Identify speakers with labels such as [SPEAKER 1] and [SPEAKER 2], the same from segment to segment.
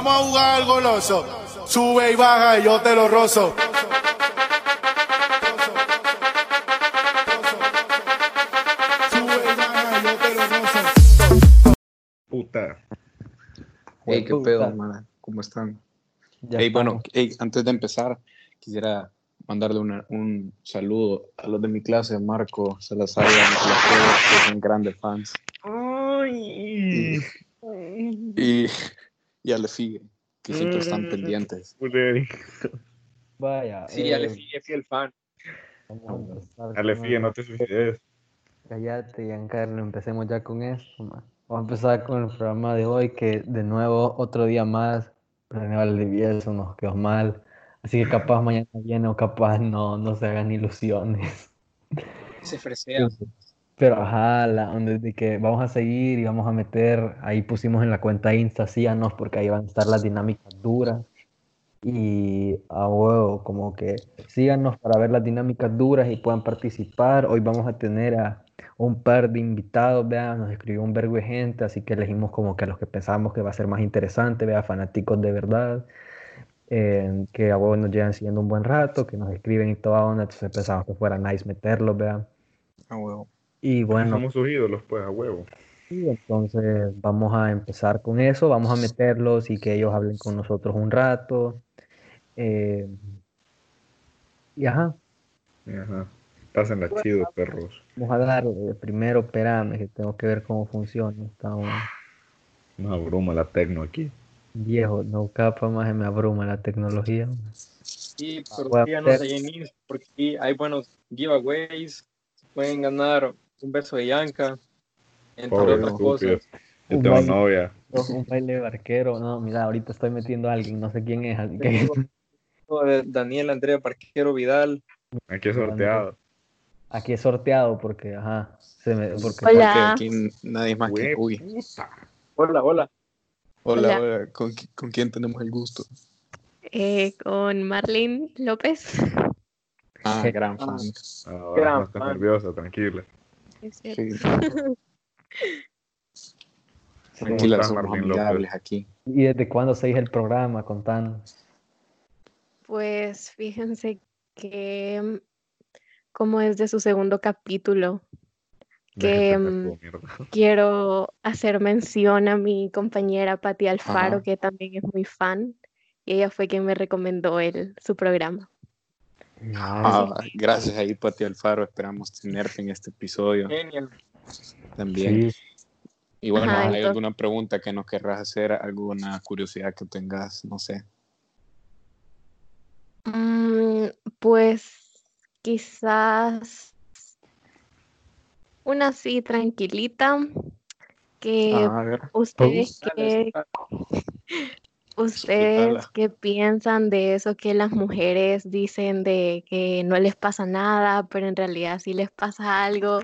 [SPEAKER 1] mal goloso. Sube y baja y yo te lo rozo. Sube y baja y yo te lo rozo.
[SPEAKER 2] Puta.
[SPEAKER 3] Ey, qué
[SPEAKER 4] Puta.
[SPEAKER 3] pedo, hermana. ¿Cómo están?
[SPEAKER 4] Ya
[SPEAKER 2] Ey,
[SPEAKER 4] estamos.
[SPEAKER 2] bueno, ey, antes de empezar, quisiera mandarle una- un saludo a los de mi clase, Marco Salazar, y a Nicolás Cuevas, que son grandes fans,
[SPEAKER 5] Ay.
[SPEAKER 2] y, y a Lefigue, que siempre
[SPEAKER 6] Mm.
[SPEAKER 2] están pendientes.
[SPEAKER 5] Pues
[SPEAKER 4] Vaya.
[SPEAKER 3] Sí,
[SPEAKER 4] eh,
[SPEAKER 3] Ale sigue fiel fan.
[SPEAKER 4] vamos a estar con-
[SPEAKER 5] Alefía, no te suicides.
[SPEAKER 4] Cállate, Giancarlo, empecemos ya con esto, ma. Vamos a empezar con el programa de hoy, que de nuevo, otro día más, René Vivieso nos quedó mal. Así que capaz mañana viene o capaz no, no se hagan ilusiones.
[SPEAKER 3] Se fresea.
[SPEAKER 4] Pero ajá, la onda es de que vamos a seguir y vamos a meter, ahí pusimos en la cuenta Insta, síganos, porque ahí van a estar las dinámicas duras. Y a huevo, como que síganos para ver las dinámicas duras y puedan participar. Hoy vamos a tener a un par de invitados, vean, nos escribió un vergo de gente, así que elegimos como que a los que pensábamos que va a ser más interesante, vean, fanáticos de verdad, eh, que a huevo nos llevan siguiendo un buen rato, que nos escriben y toda onda, entonces pensamos que fuera nice meterlos, vean.
[SPEAKER 2] Ah, huevo.
[SPEAKER 4] Y bueno,
[SPEAKER 5] Somos sus ídolos, pues, a huevo.
[SPEAKER 4] y entonces vamos a empezar con eso, vamos a meterlos y que ellos hablen con nosotros un rato. eh, y ajá,
[SPEAKER 5] Ajá. Pásenla chido, perros.
[SPEAKER 4] vamos a darle primero, espérame, que tengo que ver cómo funciona. Está un
[SPEAKER 5] Una broma la tecno aquí.
[SPEAKER 4] viejo, no capa más, se me abruma la tecnología.
[SPEAKER 3] Sí,
[SPEAKER 4] Voy a
[SPEAKER 3] pero síganos
[SPEAKER 4] hacer-
[SPEAKER 3] ahí en Insta, porque aquí hay buenos giveaways. Pueden ganar un beso de Yanka. Entre
[SPEAKER 5] Pobre
[SPEAKER 3] otras
[SPEAKER 5] estúpido.
[SPEAKER 3] cosas.
[SPEAKER 5] Yo tengo
[SPEAKER 4] Igual.
[SPEAKER 5] novia.
[SPEAKER 4] Un baile barquero, no, mira, ahorita estoy metiendo a alguien, no sé quién es, así que
[SPEAKER 3] Tengo- tengo de Daniel Andrea Parquero Vidal.
[SPEAKER 5] Aquí es sorteado.
[SPEAKER 4] aquí he sorteado porque, ajá, se me, porque
[SPEAKER 2] Porque
[SPEAKER 6] Hola.
[SPEAKER 2] aquí nadie es más que...
[SPEAKER 5] Güey,
[SPEAKER 2] Uy,
[SPEAKER 5] puta.
[SPEAKER 3] Hola, hola.
[SPEAKER 2] hola,
[SPEAKER 6] Hola.
[SPEAKER 2] hola, ¿Con, qui- con quién tenemos el gusto?
[SPEAKER 6] Eh, con Marlene López.
[SPEAKER 2] Ah,
[SPEAKER 4] Sí.
[SPEAKER 2] gran fan.
[SPEAKER 5] Ahora no estás nerviosa, tranquila.
[SPEAKER 6] Es el-
[SPEAKER 2] Sí.
[SPEAKER 5] Sí,
[SPEAKER 2] Tranquila,
[SPEAKER 5] está
[SPEAKER 2] somos
[SPEAKER 5] Martín López.
[SPEAKER 2] amigables aquí.
[SPEAKER 4] ¿Y desde cuándo seguís el programa? Contanos.
[SPEAKER 6] Pues fíjense que mm, como es de su segundo capítulo, Que,
[SPEAKER 5] Déjate hacer tu mierda.
[SPEAKER 6] quiero hacer mención a mi compañera Pati Alfaro,
[SPEAKER 2] Ajá.
[SPEAKER 6] que también es muy fan, y ella fue quien me recomendó el, su programa.
[SPEAKER 2] Ah, gracias ahí, Pati Alfaro. Esperamos tenerte en este episodio
[SPEAKER 3] Genial.
[SPEAKER 2] también.
[SPEAKER 4] Sí,
[SPEAKER 2] Y bueno,
[SPEAKER 6] Ajá,
[SPEAKER 2] ¿hay
[SPEAKER 6] entonces-
[SPEAKER 2] alguna pregunta que nos querrás hacer? ¿Alguna curiosidad que tengas? No sé.
[SPEAKER 6] Mm, pues quizás una así tranquilita, que
[SPEAKER 2] Ah, a ver.
[SPEAKER 6] ustedes
[SPEAKER 3] Dale,
[SPEAKER 6] que ¿Ustedes
[SPEAKER 2] Hola.
[SPEAKER 6] qué piensan de eso que las mujeres dicen de que no les pasa nada, pero en realidad sí les pasa algo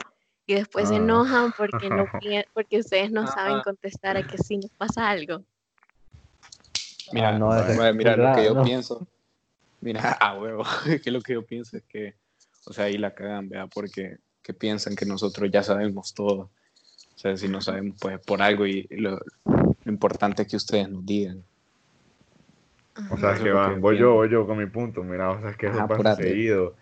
[SPEAKER 6] y después se
[SPEAKER 5] Ah.
[SPEAKER 6] enojan porque, no, pi- porque ustedes no saben
[SPEAKER 3] Ajá.
[SPEAKER 6] contestar a que sí nos pasa algo?
[SPEAKER 2] Mira,
[SPEAKER 4] Ah, no,
[SPEAKER 2] va,
[SPEAKER 4] esa
[SPEAKER 2] va, mira, lo que yo
[SPEAKER 4] no.
[SPEAKER 2] pienso. Mira, a huevo, que lo que yo pienso es que, o sea, ahí la cagan, ¿verdad? Porque que piensan que nosotros ya sabemos todo. O sea, si no sabemos, pues por algo y lo, lo importante es que ustedes nos digan.
[SPEAKER 5] O sea,
[SPEAKER 2] Eso
[SPEAKER 5] que
[SPEAKER 2] es lo
[SPEAKER 5] va,
[SPEAKER 2] que
[SPEAKER 5] voy
[SPEAKER 2] entiendo.
[SPEAKER 5] yo, voy yo con mi punto, mira, o sea, es que eso
[SPEAKER 2] Ajá,
[SPEAKER 5] pasa
[SPEAKER 2] Ah, apúrate.
[SPEAKER 5] seguido.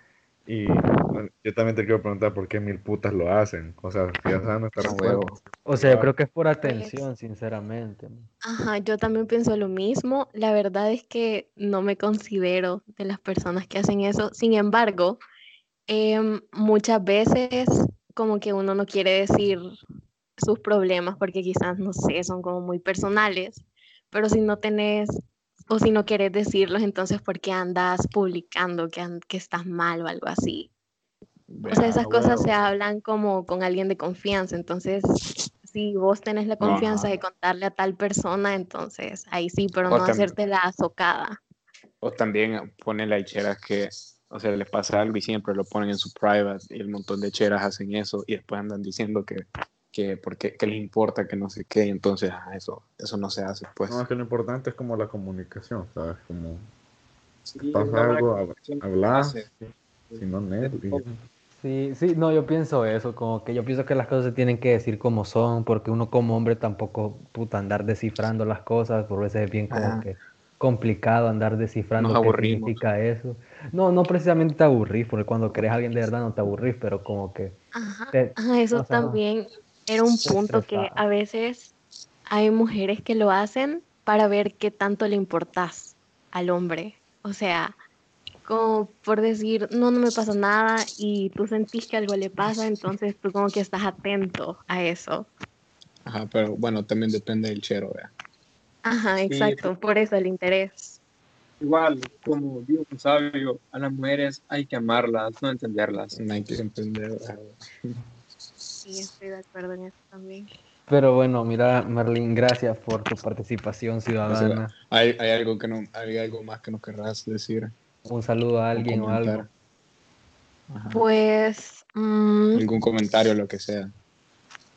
[SPEAKER 5] Y bueno, yo también te quiero preguntar por qué mil putas lo hacen. O sea, si ya sabes nuestra
[SPEAKER 2] A
[SPEAKER 5] respuesta.
[SPEAKER 2] huevo.
[SPEAKER 4] O sea, yo creo que es por atención, sinceramente. man.
[SPEAKER 6] Ajá, yo también pienso lo mismo. La verdad es que no me considero de las personas que hacen eso. Sin embargo, em, muchas veces como que uno no quiere decir sus problemas porque quizás, no sé, son como muy personales. Pero si no tenés o si no querés decirlos, entonces ¿por qué andas publicando que, an- que estás mal o algo así? O sea, esas cosas se hablan como con alguien de confianza. Entonces, si vos tenés la
[SPEAKER 2] Ajá.
[SPEAKER 6] confianza de contarle a tal persona, entonces ahí sí, pero
[SPEAKER 2] O
[SPEAKER 6] no
[SPEAKER 2] tam-
[SPEAKER 6] hacerte la socada.
[SPEAKER 2] O también ponen las cheras que, o sea, les pasa algo y siempre lo ponen en su private y el montón de cheras hacen eso y después andan diciendo que, que, porque, que les importa, que no sé qué, y entonces ah, eso, eso no se hace, pues.
[SPEAKER 5] No, es que lo importante es como la comunicación, ¿sabes? Como
[SPEAKER 3] Sí, una
[SPEAKER 5] pasa algo,
[SPEAKER 3] buena
[SPEAKER 5] hab-
[SPEAKER 3] conexión que
[SPEAKER 5] hablar,
[SPEAKER 3] hace.
[SPEAKER 5] si no, Nel, y-
[SPEAKER 4] Sí, sí, no, yo pienso eso, como que yo pienso que las cosas se tienen que decir como son, porque uno como hombre tampoco, puta, andar descifrando las cosas, por veces es bien como
[SPEAKER 2] Ajá.
[SPEAKER 4] que complicado andar descifrando
[SPEAKER 2] Nos
[SPEAKER 4] qué
[SPEAKER 2] aburrimos.
[SPEAKER 4] significa eso. No, no precisamente te aburrís, porque cuando querés a alguien de verdad no te aburrís, pero como que
[SPEAKER 6] Ajá,
[SPEAKER 4] Te-
[SPEAKER 6] ajá, eso
[SPEAKER 4] o sea,
[SPEAKER 6] también era un
[SPEAKER 4] te
[SPEAKER 6] punto que
[SPEAKER 4] estresaba.
[SPEAKER 6] a veces hay mujeres que lo hacen para ver qué tanto le importás al hombre. O sea, como por decir, no, no me pasa nada y tú sentís que algo le pasa, entonces tú como que estás atento a eso.
[SPEAKER 2] Ajá, pero bueno, también depende del chero, vea.
[SPEAKER 6] Ajá,
[SPEAKER 3] Sí,
[SPEAKER 6] exacto, por eso el interés.
[SPEAKER 3] Igual, como digo un sabio, a las mujeres hay que amarlas, no entenderlas.
[SPEAKER 2] No hay que entender. vea.
[SPEAKER 6] Sí, estoy de acuerdo en eso también.
[SPEAKER 4] Pero bueno, mira, Merlin, gracias por tu participación ciudadana.
[SPEAKER 2] Hay, hay algo que no, hay algo más que nos querrás decir.
[SPEAKER 4] Un saludo a alguien o
[SPEAKER 2] comentar.
[SPEAKER 4] algo.
[SPEAKER 2] Ajá.
[SPEAKER 6] Pues, mm,
[SPEAKER 2] Algún comentario, lo que sea.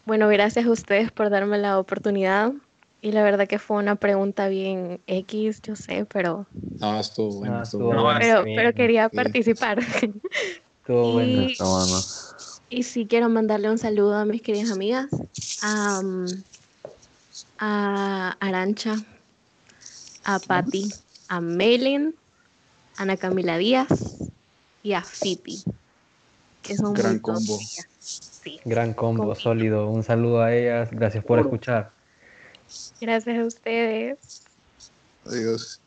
[SPEAKER 6] Bueno, gracias a ustedes por darme la oportunidad. Y la verdad que fue una pregunta bien X, yo sé, pero,
[SPEAKER 2] No, estuvo bueno.
[SPEAKER 4] Ah,
[SPEAKER 2] estuvo
[SPEAKER 4] estuvo
[SPEAKER 2] bueno.
[SPEAKER 4] bueno.
[SPEAKER 6] pero,
[SPEAKER 4] sí,
[SPEAKER 6] pero quería
[SPEAKER 2] sí.
[SPEAKER 6] participar.
[SPEAKER 4] Estuvo bueno.
[SPEAKER 6] Y, y sí quiero mandarle un saludo a mis queridas amigas, a, mm, a Arancha, a Patti, a Melin, a Ana Camila Díaz y a Fiti, que son muy
[SPEAKER 2] Gran combo.
[SPEAKER 6] tóxicas. Sí.
[SPEAKER 4] Gran combo,
[SPEAKER 6] Con-
[SPEAKER 4] sólido. Un saludo a ellas. Gracias por
[SPEAKER 3] Oro.
[SPEAKER 4] escuchar.
[SPEAKER 6] Gracias a ustedes.
[SPEAKER 2] Adiós.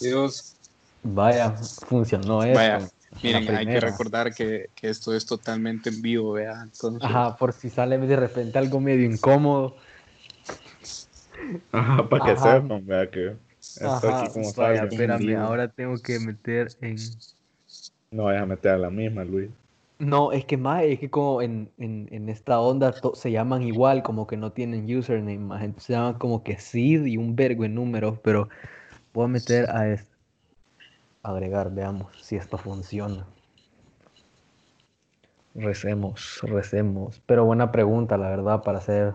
[SPEAKER 3] Dios,
[SPEAKER 4] Vaya, funcionó eso.
[SPEAKER 2] Vaya, miren,
[SPEAKER 4] La
[SPEAKER 2] hay que
[SPEAKER 4] primera.
[SPEAKER 2] recordar que, que esto es totalmente en vivo, vea. Entonces,
[SPEAKER 4] Ajá, por si sale de repente algo medio incómodo.
[SPEAKER 5] Ajá, para que
[SPEAKER 4] Ajá.
[SPEAKER 5] sepan, vea que esto
[SPEAKER 4] Ajá,
[SPEAKER 5] aquí como
[SPEAKER 4] vaya,
[SPEAKER 5] saben.
[SPEAKER 4] espérame, ahora tengo que meter en...
[SPEAKER 5] No vayas a meter a la misma, Luis.
[SPEAKER 4] No, es que más, es que como en, en, en esta onda to- se llaman igual, como que no tienen username más, entonces se llaman como que Sid y un vergo en números, pero voy a meter a es- agregar, veamos si esto funciona. Recemos, recemos. Pero buena pregunta, la verdad, para hacer,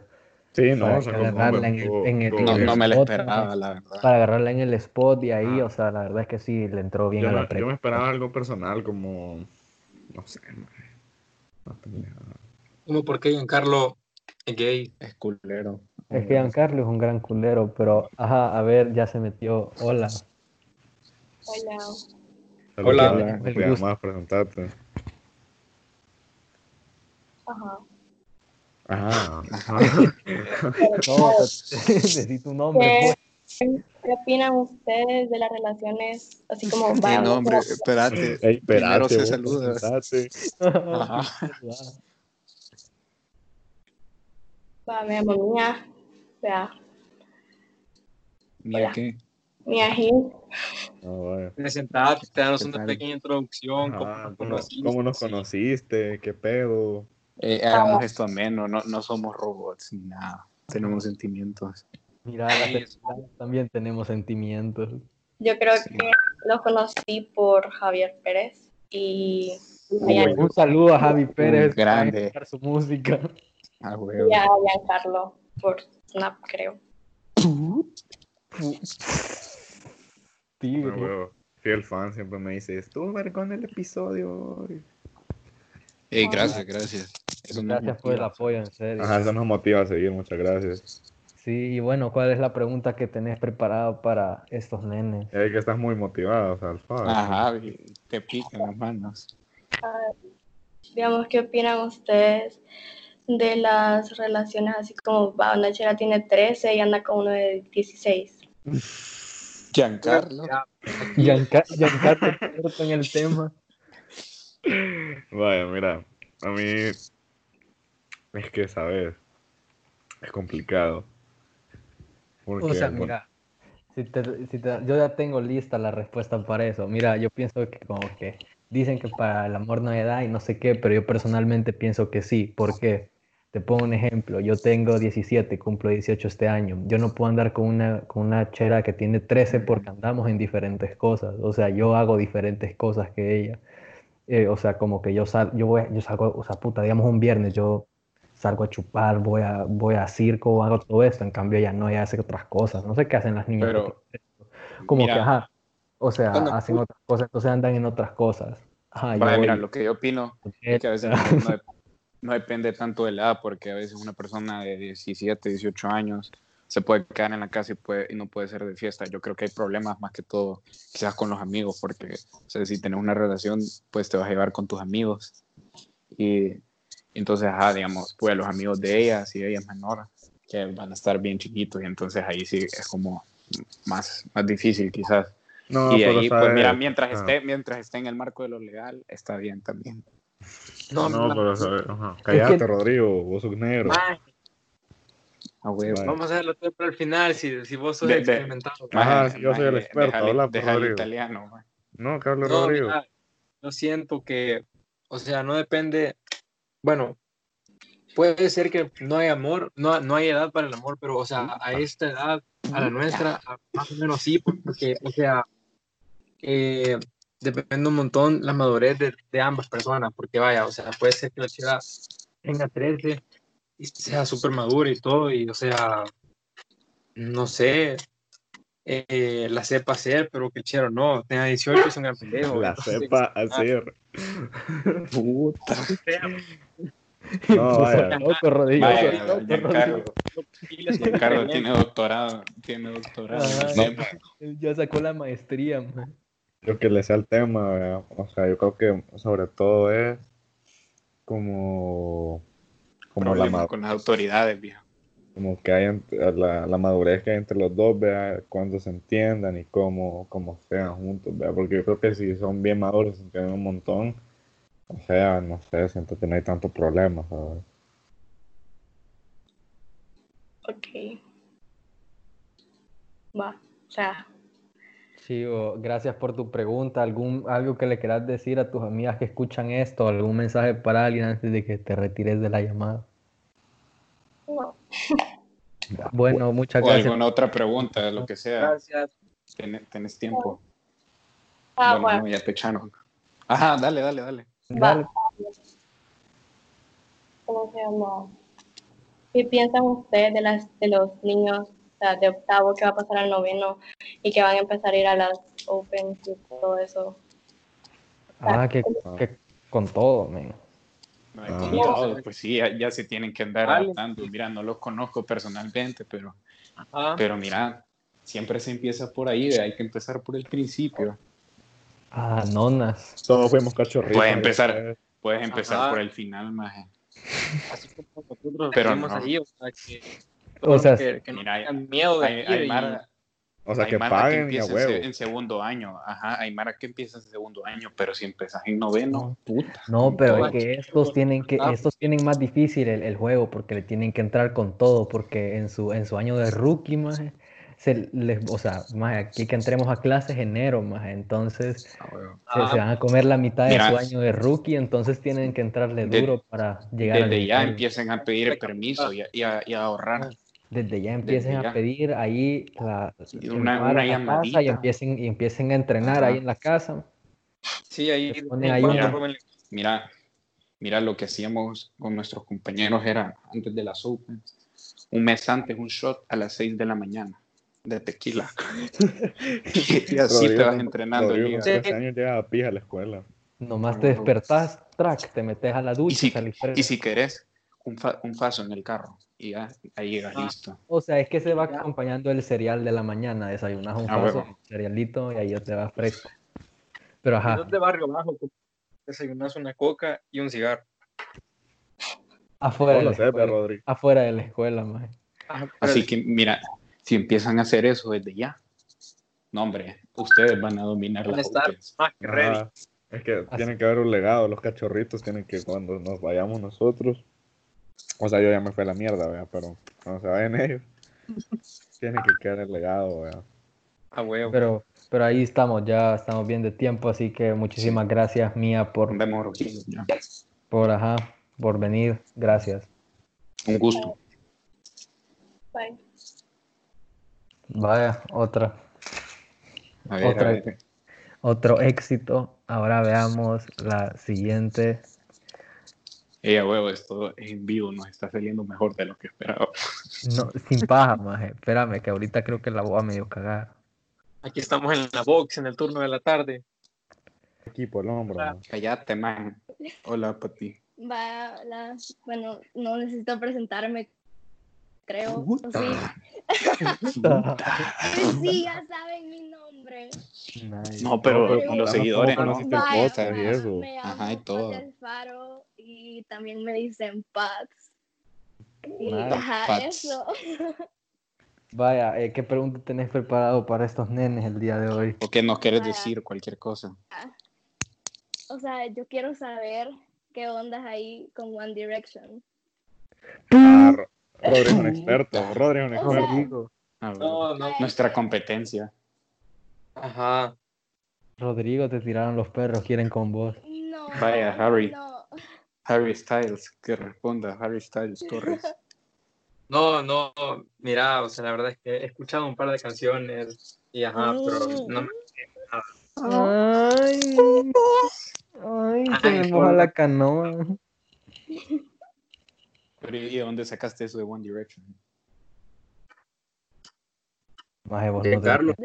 [SPEAKER 5] Sí, no,
[SPEAKER 4] Para
[SPEAKER 5] o sea,
[SPEAKER 4] que
[SPEAKER 5] como-
[SPEAKER 4] agarrarla en el-
[SPEAKER 5] todo-
[SPEAKER 4] en el-
[SPEAKER 5] todo
[SPEAKER 2] no,
[SPEAKER 5] bien.
[SPEAKER 2] no me la
[SPEAKER 4] Otra
[SPEAKER 2] esperaba,
[SPEAKER 4] vez.
[SPEAKER 2] la verdad.
[SPEAKER 4] para agarrarla en el spot y ahí,
[SPEAKER 5] Ajá.
[SPEAKER 4] o sea, la verdad es que sí, le entró bien
[SPEAKER 5] yo,
[SPEAKER 4] a la
[SPEAKER 5] me, yo me
[SPEAKER 4] pregunta.
[SPEAKER 5] esperaba algo personal, como. No sé, maje, una pendejada.
[SPEAKER 3] como porque Giancarlo es gay.
[SPEAKER 2] Es culero.
[SPEAKER 4] Es que Giancarlo es un gran culero, pero, ajá, a ver, ya se metió. Hola.
[SPEAKER 5] Solo
[SPEAKER 6] Hola.
[SPEAKER 5] que
[SPEAKER 3] Hola.
[SPEAKER 4] Hola.
[SPEAKER 5] no
[SPEAKER 4] El
[SPEAKER 5] podía
[SPEAKER 4] gusto.
[SPEAKER 5] más presentarte. Ajá. Ajá.
[SPEAKER 4] No, necesito un nombre.
[SPEAKER 7] ¿Qué,
[SPEAKER 4] pues.
[SPEAKER 7] qué opinan ustedes de las relaciones así como
[SPEAKER 2] Mi
[SPEAKER 7] vagas?
[SPEAKER 2] nombre, espérate.
[SPEAKER 5] Ey,
[SPEAKER 2] Primero
[SPEAKER 5] espérate,
[SPEAKER 2] se
[SPEAKER 5] vos,
[SPEAKER 2] saluda.
[SPEAKER 5] presentate.
[SPEAKER 2] Ajá.
[SPEAKER 7] Va, me llamo Mía, vea,
[SPEAKER 2] Mira qué.
[SPEAKER 7] Mía Gil.
[SPEAKER 5] No, vaya.
[SPEAKER 3] Presentate, te danos
[SPEAKER 2] ¿Qué
[SPEAKER 3] una
[SPEAKER 2] tal?
[SPEAKER 3] pequeña introducción. cómo
[SPEAKER 5] Ajá,
[SPEAKER 3] nos
[SPEAKER 5] Ah, ¿cómo,
[SPEAKER 3] conociste.
[SPEAKER 5] cómo nos conociste? ¿Qué pedo?
[SPEAKER 2] Eh, hagamos esto ameno, no, no somos robots ni nada. Tenemos sentimientos.
[SPEAKER 4] Mira, las lesbianas también tenemos sentimientos.
[SPEAKER 7] Yo creo
[SPEAKER 2] Sí.
[SPEAKER 7] que los conocí por Javier Pérez y
[SPEAKER 2] Ah,
[SPEAKER 7] Mira.
[SPEAKER 2] huevo,
[SPEAKER 4] Un saludo a Javi Pérez. que va a
[SPEAKER 2] grande.
[SPEAKER 4] escuchar su música.
[SPEAKER 2] ah, huevo.
[SPEAKER 7] y a Giancarlo por Snap, creo.
[SPEAKER 5] No,
[SPEAKER 4] Tigre.
[SPEAKER 5] Ah, huevo. Fiel fan siempre me dice, estuvo vergón el episodio.
[SPEAKER 2] Ey, gracias, gracias. Eso me
[SPEAKER 4] Gracias por el
[SPEAKER 2] motiva.
[SPEAKER 4] apoyo, en serio.
[SPEAKER 5] Ajá, eso nos motiva a seguir, muchas gracias.
[SPEAKER 4] Sí, y bueno, ¿cuál es la pregunta que tenés preparada para estos nenes?
[SPEAKER 5] Es que estás muy motivado, o sea, al favor.
[SPEAKER 2] Ajá, y te pican las manos.
[SPEAKER 7] Digamos, ¿qué opinan ustedes de las relaciones así como va? Una chera tiene 13 y anda con uno de 16.
[SPEAKER 2] Giancarlo.
[SPEAKER 3] Ya,
[SPEAKER 4] Gianca- Giancarlo experto en el tema.
[SPEAKER 5] Vaya, mira, a mí es que, ¿sabes? Es complicado. Porque, pues,
[SPEAKER 4] O sea,
[SPEAKER 5] bueno,
[SPEAKER 4] mira, si te- si te- yo ya tengo lista la respuesta para eso. Mira, yo pienso que como que dicen que para el amor no hay edad y no sé qué, pero yo personalmente pienso que sí. ¿Por qué? Te pongo un ejemplo. Yo tengo 17, cumplo 18 este año. Yo no puedo andar con una, con una chera que tiene 13 porque andamos en diferentes cosas. O sea, yo hago diferentes cosas que ella. Eh, o sea, como que yo, sal, yo, voy, yo salgo, o sea, puta, digamos un viernes, yo salgo a chupar, voy a, voy a circo, hago todo esto, en cambio ella no, ella hace otras cosas, no sé qué hacen las niñas,
[SPEAKER 2] Pero,
[SPEAKER 4] porque- como que,
[SPEAKER 2] mira.
[SPEAKER 4] ajá, o sea,
[SPEAKER 2] Cuando-
[SPEAKER 4] hacen otras cosas, entonces andan en otras cosas. Ajá, yo
[SPEAKER 2] Vaya,
[SPEAKER 4] voy
[SPEAKER 2] mira,
[SPEAKER 4] a
[SPEAKER 2] lo que yo opino
[SPEAKER 4] hotel,
[SPEAKER 2] es que a veces no, no dep- no depende tanto de la edad, porque a veces una persona de 17, 18 años se puede quedar en la casa y, puede, y no puede ser de fiesta. Yo creo que hay problemas más que todo, quizás con los amigos, porque o sea, si tenés una relación, pues te vas a llevar con tus amigos. Y entonces, ajá, digamos, pues los amigos de ella, si ella es menor, que van a estar bien chiquitos, y entonces ahí sí es como más, más difícil quizás.
[SPEAKER 5] No,
[SPEAKER 2] y
[SPEAKER 5] pero
[SPEAKER 2] ahí, pues
[SPEAKER 5] sabes-
[SPEAKER 2] mira, mientras
[SPEAKER 5] ah.
[SPEAKER 2] esté, mientras esté en el marco de lo legal, está bien también.
[SPEAKER 5] No,
[SPEAKER 3] la-
[SPEAKER 5] pero sabes. ajá. Cállate, Rodrigo, vos sos negro.
[SPEAKER 3] Maje,
[SPEAKER 2] A huevo.
[SPEAKER 5] Vale.
[SPEAKER 3] Vamos a dejarlo todo para el final, si, si vos sos
[SPEAKER 2] De- de-
[SPEAKER 3] experimentado.
[SPEAKER 5] Ajá,
[SPEAKER 2] Maje,
[SPEAKER 5] sí, yo soy el
[SPEAKER 2] maje,
[SPEAKER 5] experto,
[SPEAKER 2] déjale-
[SPEAKER 5] habla, por
[SPEAKER 2] déjale
[SPEAKER 5] Rodrigo.
[SPEAKER 2] italiano, maje.
[SPEAKER 5] No, Carlos
[SPEAKER 3] No,
[SPEAKER 5] Rodrigo.
[SPEAKER 3] mira, yo siento que, o sea, no depende, bueno, puede ser que no hay amor, no, no hay edad para el amor, pero, o sea, a esta edad, a la nuestra, a- más o menos sí, porque, o sea, eh, depende un montón la madurez de, de ambas personas, porque vaya, o sea, puede ser que la chica tenga 13 y sea súper madura y todo, y, o sea, no sé. eh, la sepa hacer, pero que el chero no, tenga 18 es un gran pendejo.
[SPEAKER 5] la
[SPEAKER 3] entonces-
[SPEAKER 5] sepa hacer.
[SPEAKER 2] Puta.
[SPEAKER 5] No, vaya.
[SPEAKER 4] Loco, Rodrigo.
[SPEAKER 2] Vaya,
[SPEAKER 4] loco,
[SPEAKER 2] Giancarlo,
[SPEAKER 3] Y les-
[SPEAKER 2] Giancarlo tiene doctorado, tiene doctorado.
[SPEAKER 4] Ajá.
[SPEAKER 2] No, maje.
[SPEAKER 4] Rodrigo. Ya sacó la maestría, man.
[SPEAKER 5] Lo que le sea el tema, ¿verdad? o sea, yo creo que sobre todo es como, como, la,
[SPEAKER 2] problema
[SPEAKER 5] ma-
[SPEAKER 2] con las autoridades, viejo.
[SPEAKER 5] como que hay ent- la, la madurez que hay entre los dos, vea cuando se entiendan y cómo, cómo sean juntos, vea porque yo creo que si son bien maduros, se entienden un montón, o sea, no sé, siento que no hay tantos problemas, ¿sabes?
[SPEAKER 7] Ok. Va, o sea,
[SPEAKER 4] Chivo, gracias por tu pregunta. ¿Algún, algo que le quieras decir a tus amigas que escuchan esto? ¿Algún mensaje para alguien antes de que te retires de la llamada?
[SPEAKER 7] no.
[SPEAKER 4] Bueno, muchas
[SPEAKER 2] O
[SPEAKER 4] gracias.
[SPEAKER 2] alguna otra pregunta, lo que sea.
[SPEAKER 3] Gracias.
[SPEAKER 2] Ten- tenés tiempo.
[SPEAKER 7] Ah,
[SPEAKER 2] bueno,
[SPEAKER 7] bueno.
[SPEAKER 2] no, ya te echaron. Ajá, dale, dale, dale.
[SPEAKER 4] Dale.
[SPEAKER 7] ¿Cómo se llama? ¿Qué piensan ustedes de, las, de los niños o sea, de octavo que va a pasar al noveno y que van a empezar a ir a las Open y todo eso?
[SPEAKER 4] Ah, que, que con todo, men.
[SPEAKER 2] No hay
[SPEAKER 5] Ah.
[SPEAKER 2] control, pues sí, ya, ya se tienen que andar
[SPEAKER 3] Dale.
[SPEAKER 2] adaptando. Mira, no los conozco personalmente, pero,
[SPEAKER 3] Ajá.
[SPEAKER 2] pero mira, siempre se empieza por ahí, hay que empezar por el principio.
[SPEAKER 4] Ah, nonas.
[SPEAKER 5] Todos fuimos cachorritos.
[SPEAKER 2] Puede empezar. Puedes empezar
[SPEAKER 3] Ajá.
[SPEAKER 2] por el final, maje.
[SPEAKER 3] Así como nosotros
[SPEAKER 2] Pero
[SPEAKER 3] vivimos
[SPEAKER 2] no.
[SPEAKER 3] allí, o sea, que,
[SPEAKER 4] O sea,
[SPEAKER 3] que, que no
[SPEAKER 2] mira,
[SPEAKER 3] tengan miedo de
[SPEAKER 2] Hay,
[SPEAKER 3] ir
[SPEAKER 2] hay
[SPEAKER 3] y-
[SPEAKER 2] mar-
[SPEAKER 5] O sea,
[SPEAKER 2] hay
[SPEAKER 5] que
[SPEAKER 2] mara que
[SPEAKER 5] paguen y a
[SPEAKER 2] empieza en,
[SPEAKER 5] huevo.
[SPEAKER 2] se- en segundo año. Ajá, hay mara que empieza en segundo año, pero si empezas en noveno, puta.
[SPEAKER 4] No, pero es
[SPEAKER 3] Guacho.
[SPEAKER 4] que estos tienen que,
[SPEAKER 3] Ah.
[SPEAKER 4] estos tienen más difícil el, el juego porque le tienen que entrar con todo, porque en su, en su año de rookie, maje, se les, o sea, maje, aquí que entremos a clases enero, maje, entonces se- se,
[SPEAKER 3] Ah,
[SPEAKER 4] van a comer la mitad de
[SPEAKER 2] Mira.
[SPEAKER 4] su año de rookie, entonces tienen que entrarle
[SPEAKER 2] De-
[SPEAKER 4] duro para llegar al
[SPEAKER 2] Desde ya
[SPEAKER 4] nivel.
[SPEAKER 2] empiecen a pedir permiso y a, y a- y a ahorrar.
[SPEAKER 4] Desde ya empiecen a
[SPEAKER 2] ya.
[SPEAKER 4] pedir ahí la,
[SPEAKER 2] Y una-
[SPEAKER 4] entrar a
[SPEAKER 2] una
[SPEAKER 4] la casa y
[SPEAKER 2] llamadita.
[SPEAKER 4] empiecen, y empiecen a entrenar ahí
[SPEAKER 2] Ajá.
[SPEAKER 4] en la casa.
[SPEAKER 3] Sí, ahí
[SPEAKER 4] Se
[SPEAKER 3] de
[SPEAKER 4] pone
[SPEAKER 3] vez en
[SPEAKER 4] ahí
[SPEAKER 3] cuando
[SPEAKER 2] una-
[SPEAKER 3] roben-
[SPEAKER 2] Mira, mira lo que hacíamos con nuestros compañeros era antes de las Opens, un mes antes un shot a las 6 de la mañana de tequila. y así te
[SPEAKER 5] Rodrigo
[SPEAKER 2] vas
[SPEAKER 5] con-
[SPEAKER 2] entrenando.
[SPEAKER 5] Rodrigo
[SPEAKER 2] liga.
[SPEAKER 5] con 13 años llega a pija a la escuela.
[SPEAKER 4] Nomás
[SPEAKER 3] Ah,
[SPEAKER 4] te
[SPEAKER 2] Huevo.
[SPEAKER 4] despertás, track, te metes a la ducha,
[SPEAKER 2] si-
[SPEAKER 4] salís
[SPEAKER 2] Y si querés, un, fa- un faso en el carro y ya ahí llega
[SPEAKER 3] Ah.
[SPEAKER 2] listo.
[SPEAKER 4] O sea, es que se va
[SPEAKER 3] Ya.
[SPEAKER 4] acompañando el cereal de la mañana, desayunas un
[SPEAKER 2] Ah,
[SPEAKER 4] vaso,
[SPEAKER 2] huevo.
[SPEAKER 4] cerealito y ahí ya te vas fresco. Pero
[SPEAKER 3] Si no
[SPEAKER 4] ajá,
[SPEAKER 3] es de barrio bajo, como desayunas una coca y un cigarro.
[SPEAKER 4] afuera
[SPEAKER 5] No
[SPEAKER 4] de la
[SPEAKER 5] lo sé,
[SPEAKER 4] escuela,
[SPEAKER 5] pero Rodrigo.
[SPEAKER 4] afuera de la escuela, maje.
[SPEAKER 3] Ajá, pero
[SPEAKER 2] Así
[SPEAKER 3] el-
[SPEAKER 2] que mira, si empiezan a hacer eso desde ya, no hombre, ustedes van a dominar
[SPEAKER 3] van a
[SPEAKER 2] las
[SPEAKER 3] estar
[SPEAKER 2] Opens.
[SPEAKER 3] más que "Ah, ready.
[SPEAKER 5] Ajá. Es que
[SPEAKER 4] Así.
[SPEAKER 5] tiene que haber un legado, los cachorritos tienen que cuando nos vayamos nosotros, o sea, yo ya me fui a la mierda, ¿verdad? pero cuando se vayan ellos, tiene que quedar el legado, ¿verdad?
[SPEAKER 3] A huevo.
[SPEAKER 4] Pero, pero ahí estamos, ya estamos bien de tiempo, así que muchísimas gracias, Mía, por,
[SPEAKER 2] Vemos, Rogelio, ya.
[SPEAKER 4] por, ajá, por venir. Gracias.
[SPEAKER 2] Un gusto.
[SPEAKER 7] Bye.
[SPEAKER 4] Vaya, otra,
[SPEAKER 2] A ver,
[SPEAKER 4] Otra
[SPEAKER 2] a ver.
[SPEAKER 4] otro éxito. Ahora veamos la siguiente.
[SPEAKER 2] Ella, Eh, huevo, esto en vivo nos está saliendo mejor de lo que esperaba.
[SPEAKER 4] No, sin paja, maje. Espérame, que ahorita creo que la voy a medio cagar.
[SPEAKER 3] Aquí estamos en la box, en el turno de la tarde.
[SPEAKER 5] Equipo, el hombro,
[SPEAKER 3] Ah.
[SPEAKER 5] ¿no?
[SPEAKER 2] Cállate, man. Hola, Pati.
[SPEAKER 7] Va, la- bueno, no necesito presentarme. creo.
[SPEAKER 2] Puta.
[SPEAKER 7] Sí. sí, ya saben mi nombre.
[SPEAKER 4] Nice.
[SPEAKER 2] No,
[SPEAKER 5] pero
[SPEAKER 2] pero, con
[SPEAKER 5] contanos
[SPEAKER 2] los seguidores,
[SPEAKER 5] cómo
[SPEAKER 2] ¿no?
[SPEAKER 5] conociste el
[SPEAKER 7] Vaya,
[SPEAKER 5] podcast y
[SPEAKER 7] vaya,
[SPEAKER 5] eso.
[SPEAKER 7] Me
[SPEAKER 2] Ajá,
[SPEAKER 7] llamo
[SPEAKER 2] y todo.
[SPEAKER 7] Pati Alfaro y también me dicen Pats. Y,
[SPEAKER 4] Nice.
[SPEAKER 7] ajá,
[SPEAKER 2] Pats.
[SPEAKER 7] eso.
[SPEAKER 4] Vaya, eh, ¿qué pregunta tenés preparado para estos nenes el día de hoy?
[SPEAKER 2] O que nos quieres
[SPEAKER 7] Vaya.
[SPEAKER 2] decir cualquier cosa.
[SPEAKER 7] O sea, yo quiero saber qué ondas hay con One Direction.
[SPEAKER 5] Ah, Ro- Rodri es un experto. Rodri es un
[SPEAKER 7] O sea,
[SPEAKER 5] experto.
[SPEAKER 2] A ver,
[SPEAKER 3] No, no.
[SPEAKER 2] Nuestra competencia.
[SPEAKER 3] Ajá.
[SPEAKER 4] Rodrigo, te tiraron los perros, quieren con vos.
[SPEAKER 7] No.
[SPEAKER 2] Vaya, Harry.
[SPEAKER 7] No.
[SPEAKER 2] Harry Styles, que responda. Harry Styles Torres.
[SPEAKER 3] No, no, mira, o sea, la verdad es que he escuchado un par de canciones y ajá, pero no,
[SPEAKER 4] Ah. Ay, ay, se me
[SPEAKER 3] Ay,
[SPEAKER 4] moja
[SPEAKER 3] por-
[SPEAKER 4] la canoa.
[SPEAKER 2] Pero ¿y de dónde sacaste eso de One Direction?
[SPEAKER 4] Maje, vos
[SPEAKER 3] De
[SPEAKER 4] no te-
[SPEAKER 3] Carlos.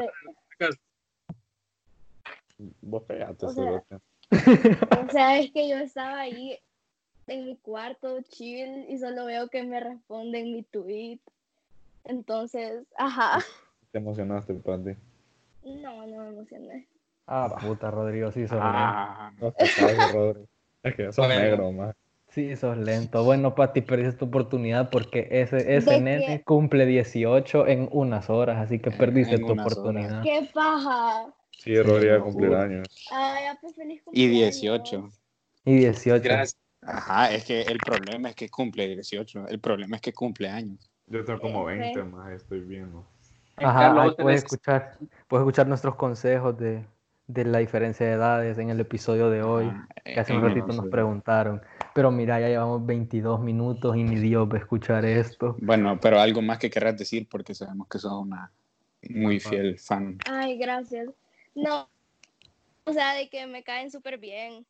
[SPEAKER 5] Vos pegate,
[SPEAKER 7] O sea,
[SPEAKER 5] cerote.
[SPEAKER 7] O sea, es que yo estaba ahí en mi cuarto chill y solo veo que me responden mi tweet. Entonces, ajá.
[SPEAKER 5] Te emocionaste, Pati.
[SPEAKER 7] No, no me emocioné.
[SPEAKER 4] Ah, puta, Rodrigo, sí sos lento.
[SPEAKER 2] Ah,
[SPEAKER 5] No te sabes, Rodri. Es que sos
[SPEAKER 3] Bueno.
[SPEAKER 5] negro, más.
[SPEAKER 4] Sí, sos lento. Bueno, Pati, perdiste tu oportunidad porque ese,
[SPEAKER 7] ¿De
[SPEAKER 4] ese
[SPEAKER 7] qué?
[SPEAKER 4] nene cumple 18 en unas horas, así que
[SPEAKER 2] En-
[SPEAKER 4] perdiste
[SPEAKER 2] en
[SPEAKER 4] tu
[SPEAKER 2] unas horas.
[SPEAKER 4] oportunidad.
[SPEAKER 7] ¡Qué paja!
[SPEAKER 5] Sí, Rodri va a
[SPEAKER 2] no,
[SPEAKER 5] cumplir
[SPEAKER 2] juro.
[SPEAKER 5] años.
[SPEAKER 7] Ay, ya, pues feliz
[SPEAKER 2] y
[SPEAKER 7] cumpleaños.
[SPEAKER 2] 18.
[SPEAKER 4] Y 18.
[SPEAKER 3] gracias.
[SPEAKER 2] Ajá, es que el problema es que cumple 18. El problema es que cumple años.
[SPEAKER 5] Yo tengo como
[SPEAKER 7] Ok.
[SPEAKER 5] 20 más, estoy viendo.
[SPEAKER 4] Ajá,
[SPEAKER 3] Carlos,
[SPEAKER 4] ahí
[SPEAKER 3] vos
[SPEAKER 4] puedes
[SPEAKER 3] tenés-
[SPEAKER 4] escuchar, puedes escuchar nuestros consejos de, de la diferencia de edades en el episodio de hoy.
[SPEAKER 2] Ajá,
[SPEAKER 4] que hace
[SPEAKER 2] Ah, en
[SPEAKER 4] un ratito
[SPEAKER 2] menos
[SPEAKER 4] nos
[SPEAKER 2] de-
[SPEAKER 4] preguntaron. Pero mira, ya llevamos 22 minutos y ni Dios va a escuchar esto.
[SPEAKER 2] Bueno, pero algo más que querrás decir porque sabemos que sos una muy
[SPEAKER 5] Fan.
[SPEAKER 2] fiel fan.
[SPEAKER 7] Ay, gracias. No, o sea, de que me caen súper bien.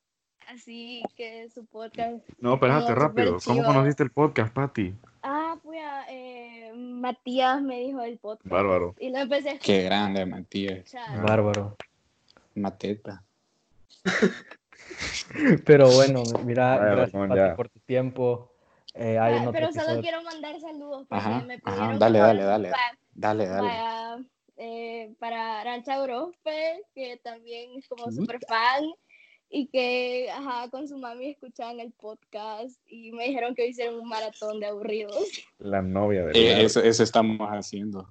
[SPEAKER 7] Así que su podcast.
[SPEAKER 5] No, espérate,
[SPEAKER 7] No,
[SPEAKER 5] rápido.
[SPEAKER 7] súper
[SPEAKER 5] ¿Cómo
[SPEAKER 7] chido.
[SPEAKER 5] conociste el podcast, Pati?
[SPEAKER 7] Ah, pues ah, eh, Matías me dijo el podcast.
[SPEAKER 5] Bárbaro.
[SPEAKER 7] Y lo empecé a
[SPEAKER 2] Qué grande, Matías.
[SPEAKER 7] escuchar.
[SPEAKER 4] Bárbaro.
[SPEAKER 2] Mateta.
[SPEAKER 4] Pero bueno, mira,
[SPEAKER 5] Bárbaro,
[SPEAKER 4] gracias
[SPEAKER 5] como
[SPEAKER 4] Pati,
[SPEAKER 5] ya.
[SPEAKER 4] por tu tiempo. Eh, hay
[SPEAKER 7] Ah,
[SPEAKER 4] un otro
[SPEAKER 7] pero solo
[SPEAKER 4] episodio.
[SPEAKER 7] quiero mandar saludos porque
[SPEAKER 2] Ajá,
[SPEAKER 7] me
[SPEAKER 2] ajá,
[SPEAKER 7] pidieron que
[SPEAKER 2] dale, dale,
[SPEAKER 7] mandara
[SPEAKER 2] dale.
[SPEAKER 7] pa-
[SPEAKER 2] Dale, dale.
[SPEAKER 7] Para, eh, para Arancha Orozpe, que también es como súper fan y que ajá, con su mami escuchaban el podcast y me dijeron que hicieron un maratón de aburridos.
[SPEAKER 5] La novia del
[SPEAKER 2] Eh,
[SPEAKER 5] Larry.
[SPEAKER 2] eso, eso estamos haciendo.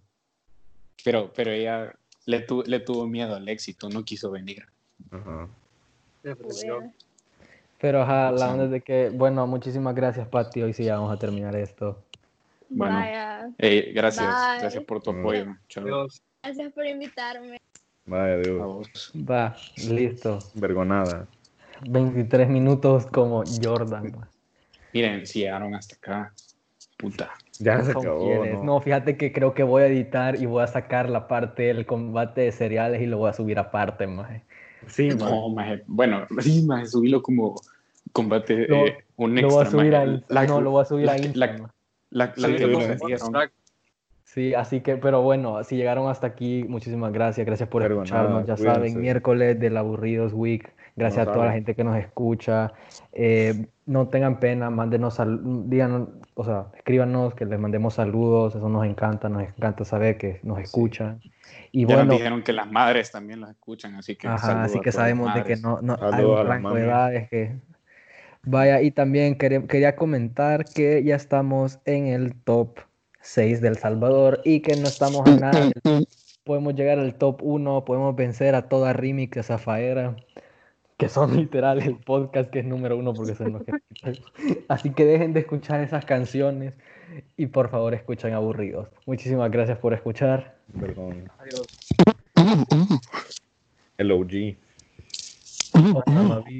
[SPEAKER 2] Pero, pero ella le, tu- le tuvo miedo al éxito, no quiso venir.
[SPEAKER 5] Ajá.
[SPEAKER 3] Depresión.
[SPEAKER 7] Pues,
[SPEAKER 4] Pero ajá, la
[SPEAKER 2] Sí.
[SPEAKER 4] onda es de que, bueno, muchísimas gracias, Pati. Hoy sí ya vamos a terminar esto.
[SPEAKER 2] Bueno.
[SPEAKER 7] Vaya,
[SPEAKER 2] Eh, gracias,
[SPEAKER 7] Bye.
[SPEAKER 2] gracias por tu
[SPEAKER 5] Mm.
[SPEAKER 2] apoyo. Chao.
[SPEAKER 3] Dios.
[SPEAKER 7] gracias por invitarme.
[SPEAKER 5] Vaya
[SPEAKER 2] A
[SPEAKER 5] Dios.
[SPEAKER 2] vos.
[SPEAKER 4] Va, listo.
[SPEAKER 5] Vergonada.
[SPEAKER 4] 23 minutos como Jordan. ma.
[SPEAKER 2] Miren, si llegaron hasta acá, puta.
[SPEAKER 5] Ya se
[SPEAKER 4] ¿Cómo
[SPEAKER 5] acabó.
[SPEAKER 4] quieres?
[SPEAKER 5] ¿no?
[SPEAKER 4] No, fíjate que creo que voy a editar y voy a sacar la parte del combate de cereales y lo voy a subir aparte, maje.
[SPEAKER 5] Sí,
[SPEAKER 2] No, maje. Bueno, sí, maje, subilo como combate
[SPEAKER 4] Lo-
[SPEAKER 2] eh, un
[SPEAKER 4] Lo voy a
[SPEAKER 2] extra.
[SPEAKER 4] subir
[SPEAKER 2] maje.
[SPEAKER 4] a Insta.
[SPEAKER 2] La-
[SPEAKER 4] No, lo voy a subir
[SPEAKER 2] la-
[SPEAKER 4] a
[SPEAKER 2] la-
[SPEAKER 4] Insta. ma.
[SPEAKER 2] la- la
[SPEAKER 5] Sí, lo
[SPEAKER 2] que nos
[SPEAKER 5] subimos.
[SPEAKER 2] dieron.
[SPEAKER 4] Sí, así que, pero bueno, si llegaron hasta aquí, muchísimas gracias. Gracias por
[SPEAKER 5] Pero nada,
[SPEAKER 4] escucharnos. Ya
[SPEAKER 5] cuídense.
[SPEAKER 4] saben, miércoles del Aburridos Week. Gracias
[SPEAKER 5] No
[SPEAKER 4] a toda la
[SPEAKER 5] saben.
[SPEAKER 4] gente que nos escucha. Eh, no tengan pena, mándenos sal- díganos, o sea, escríbanos que les mandemos saludos. Eso nos encanta, nos encanta saber que nos escuchan. Y
[SPEAKER 2] Ya nos
[SPEAKER 4] bueno,
[SPEAKER 2] dijeron que las madres también las escuchan, así que
[SPEAKER 4] Ajá,
[SPEAKER 2] saludos
[SPEAKER 4] así
[SPEAKER 2] a
[SPEAKER 4] que
[SPEAKER 2] todas las
[SPEAKER 4] sabemos de que
[SPEAKER 2] madres.
[SPEAKER 4] no, no hay
[SPEAKER 5] Saludos
[SPEAKER 4] un
[SPEAKER 5] a las
[SPEAKER 4] rango de
[SPEAKER 5] mamis.
[SPEAKER 4] edades que vaya. Y también quere- quería comentar que ya estamos en el top 6 del Salvador y que no estamos a nada. del- Podemos llegar al top 1, podemos vencer a toda Remix, a Zafaera, que son literal el podcast que es número uno porque son los que Así que dejen de escuchar esas canciones y por favor escuchen aburridos. Muchísimas gracias por escuchar.
[SPEAKER 5] Perdón.
[SPEAKER 3] Adiós.
[SPEAKER 5] El OG.
[SPEAKER 4] Ojalá vi-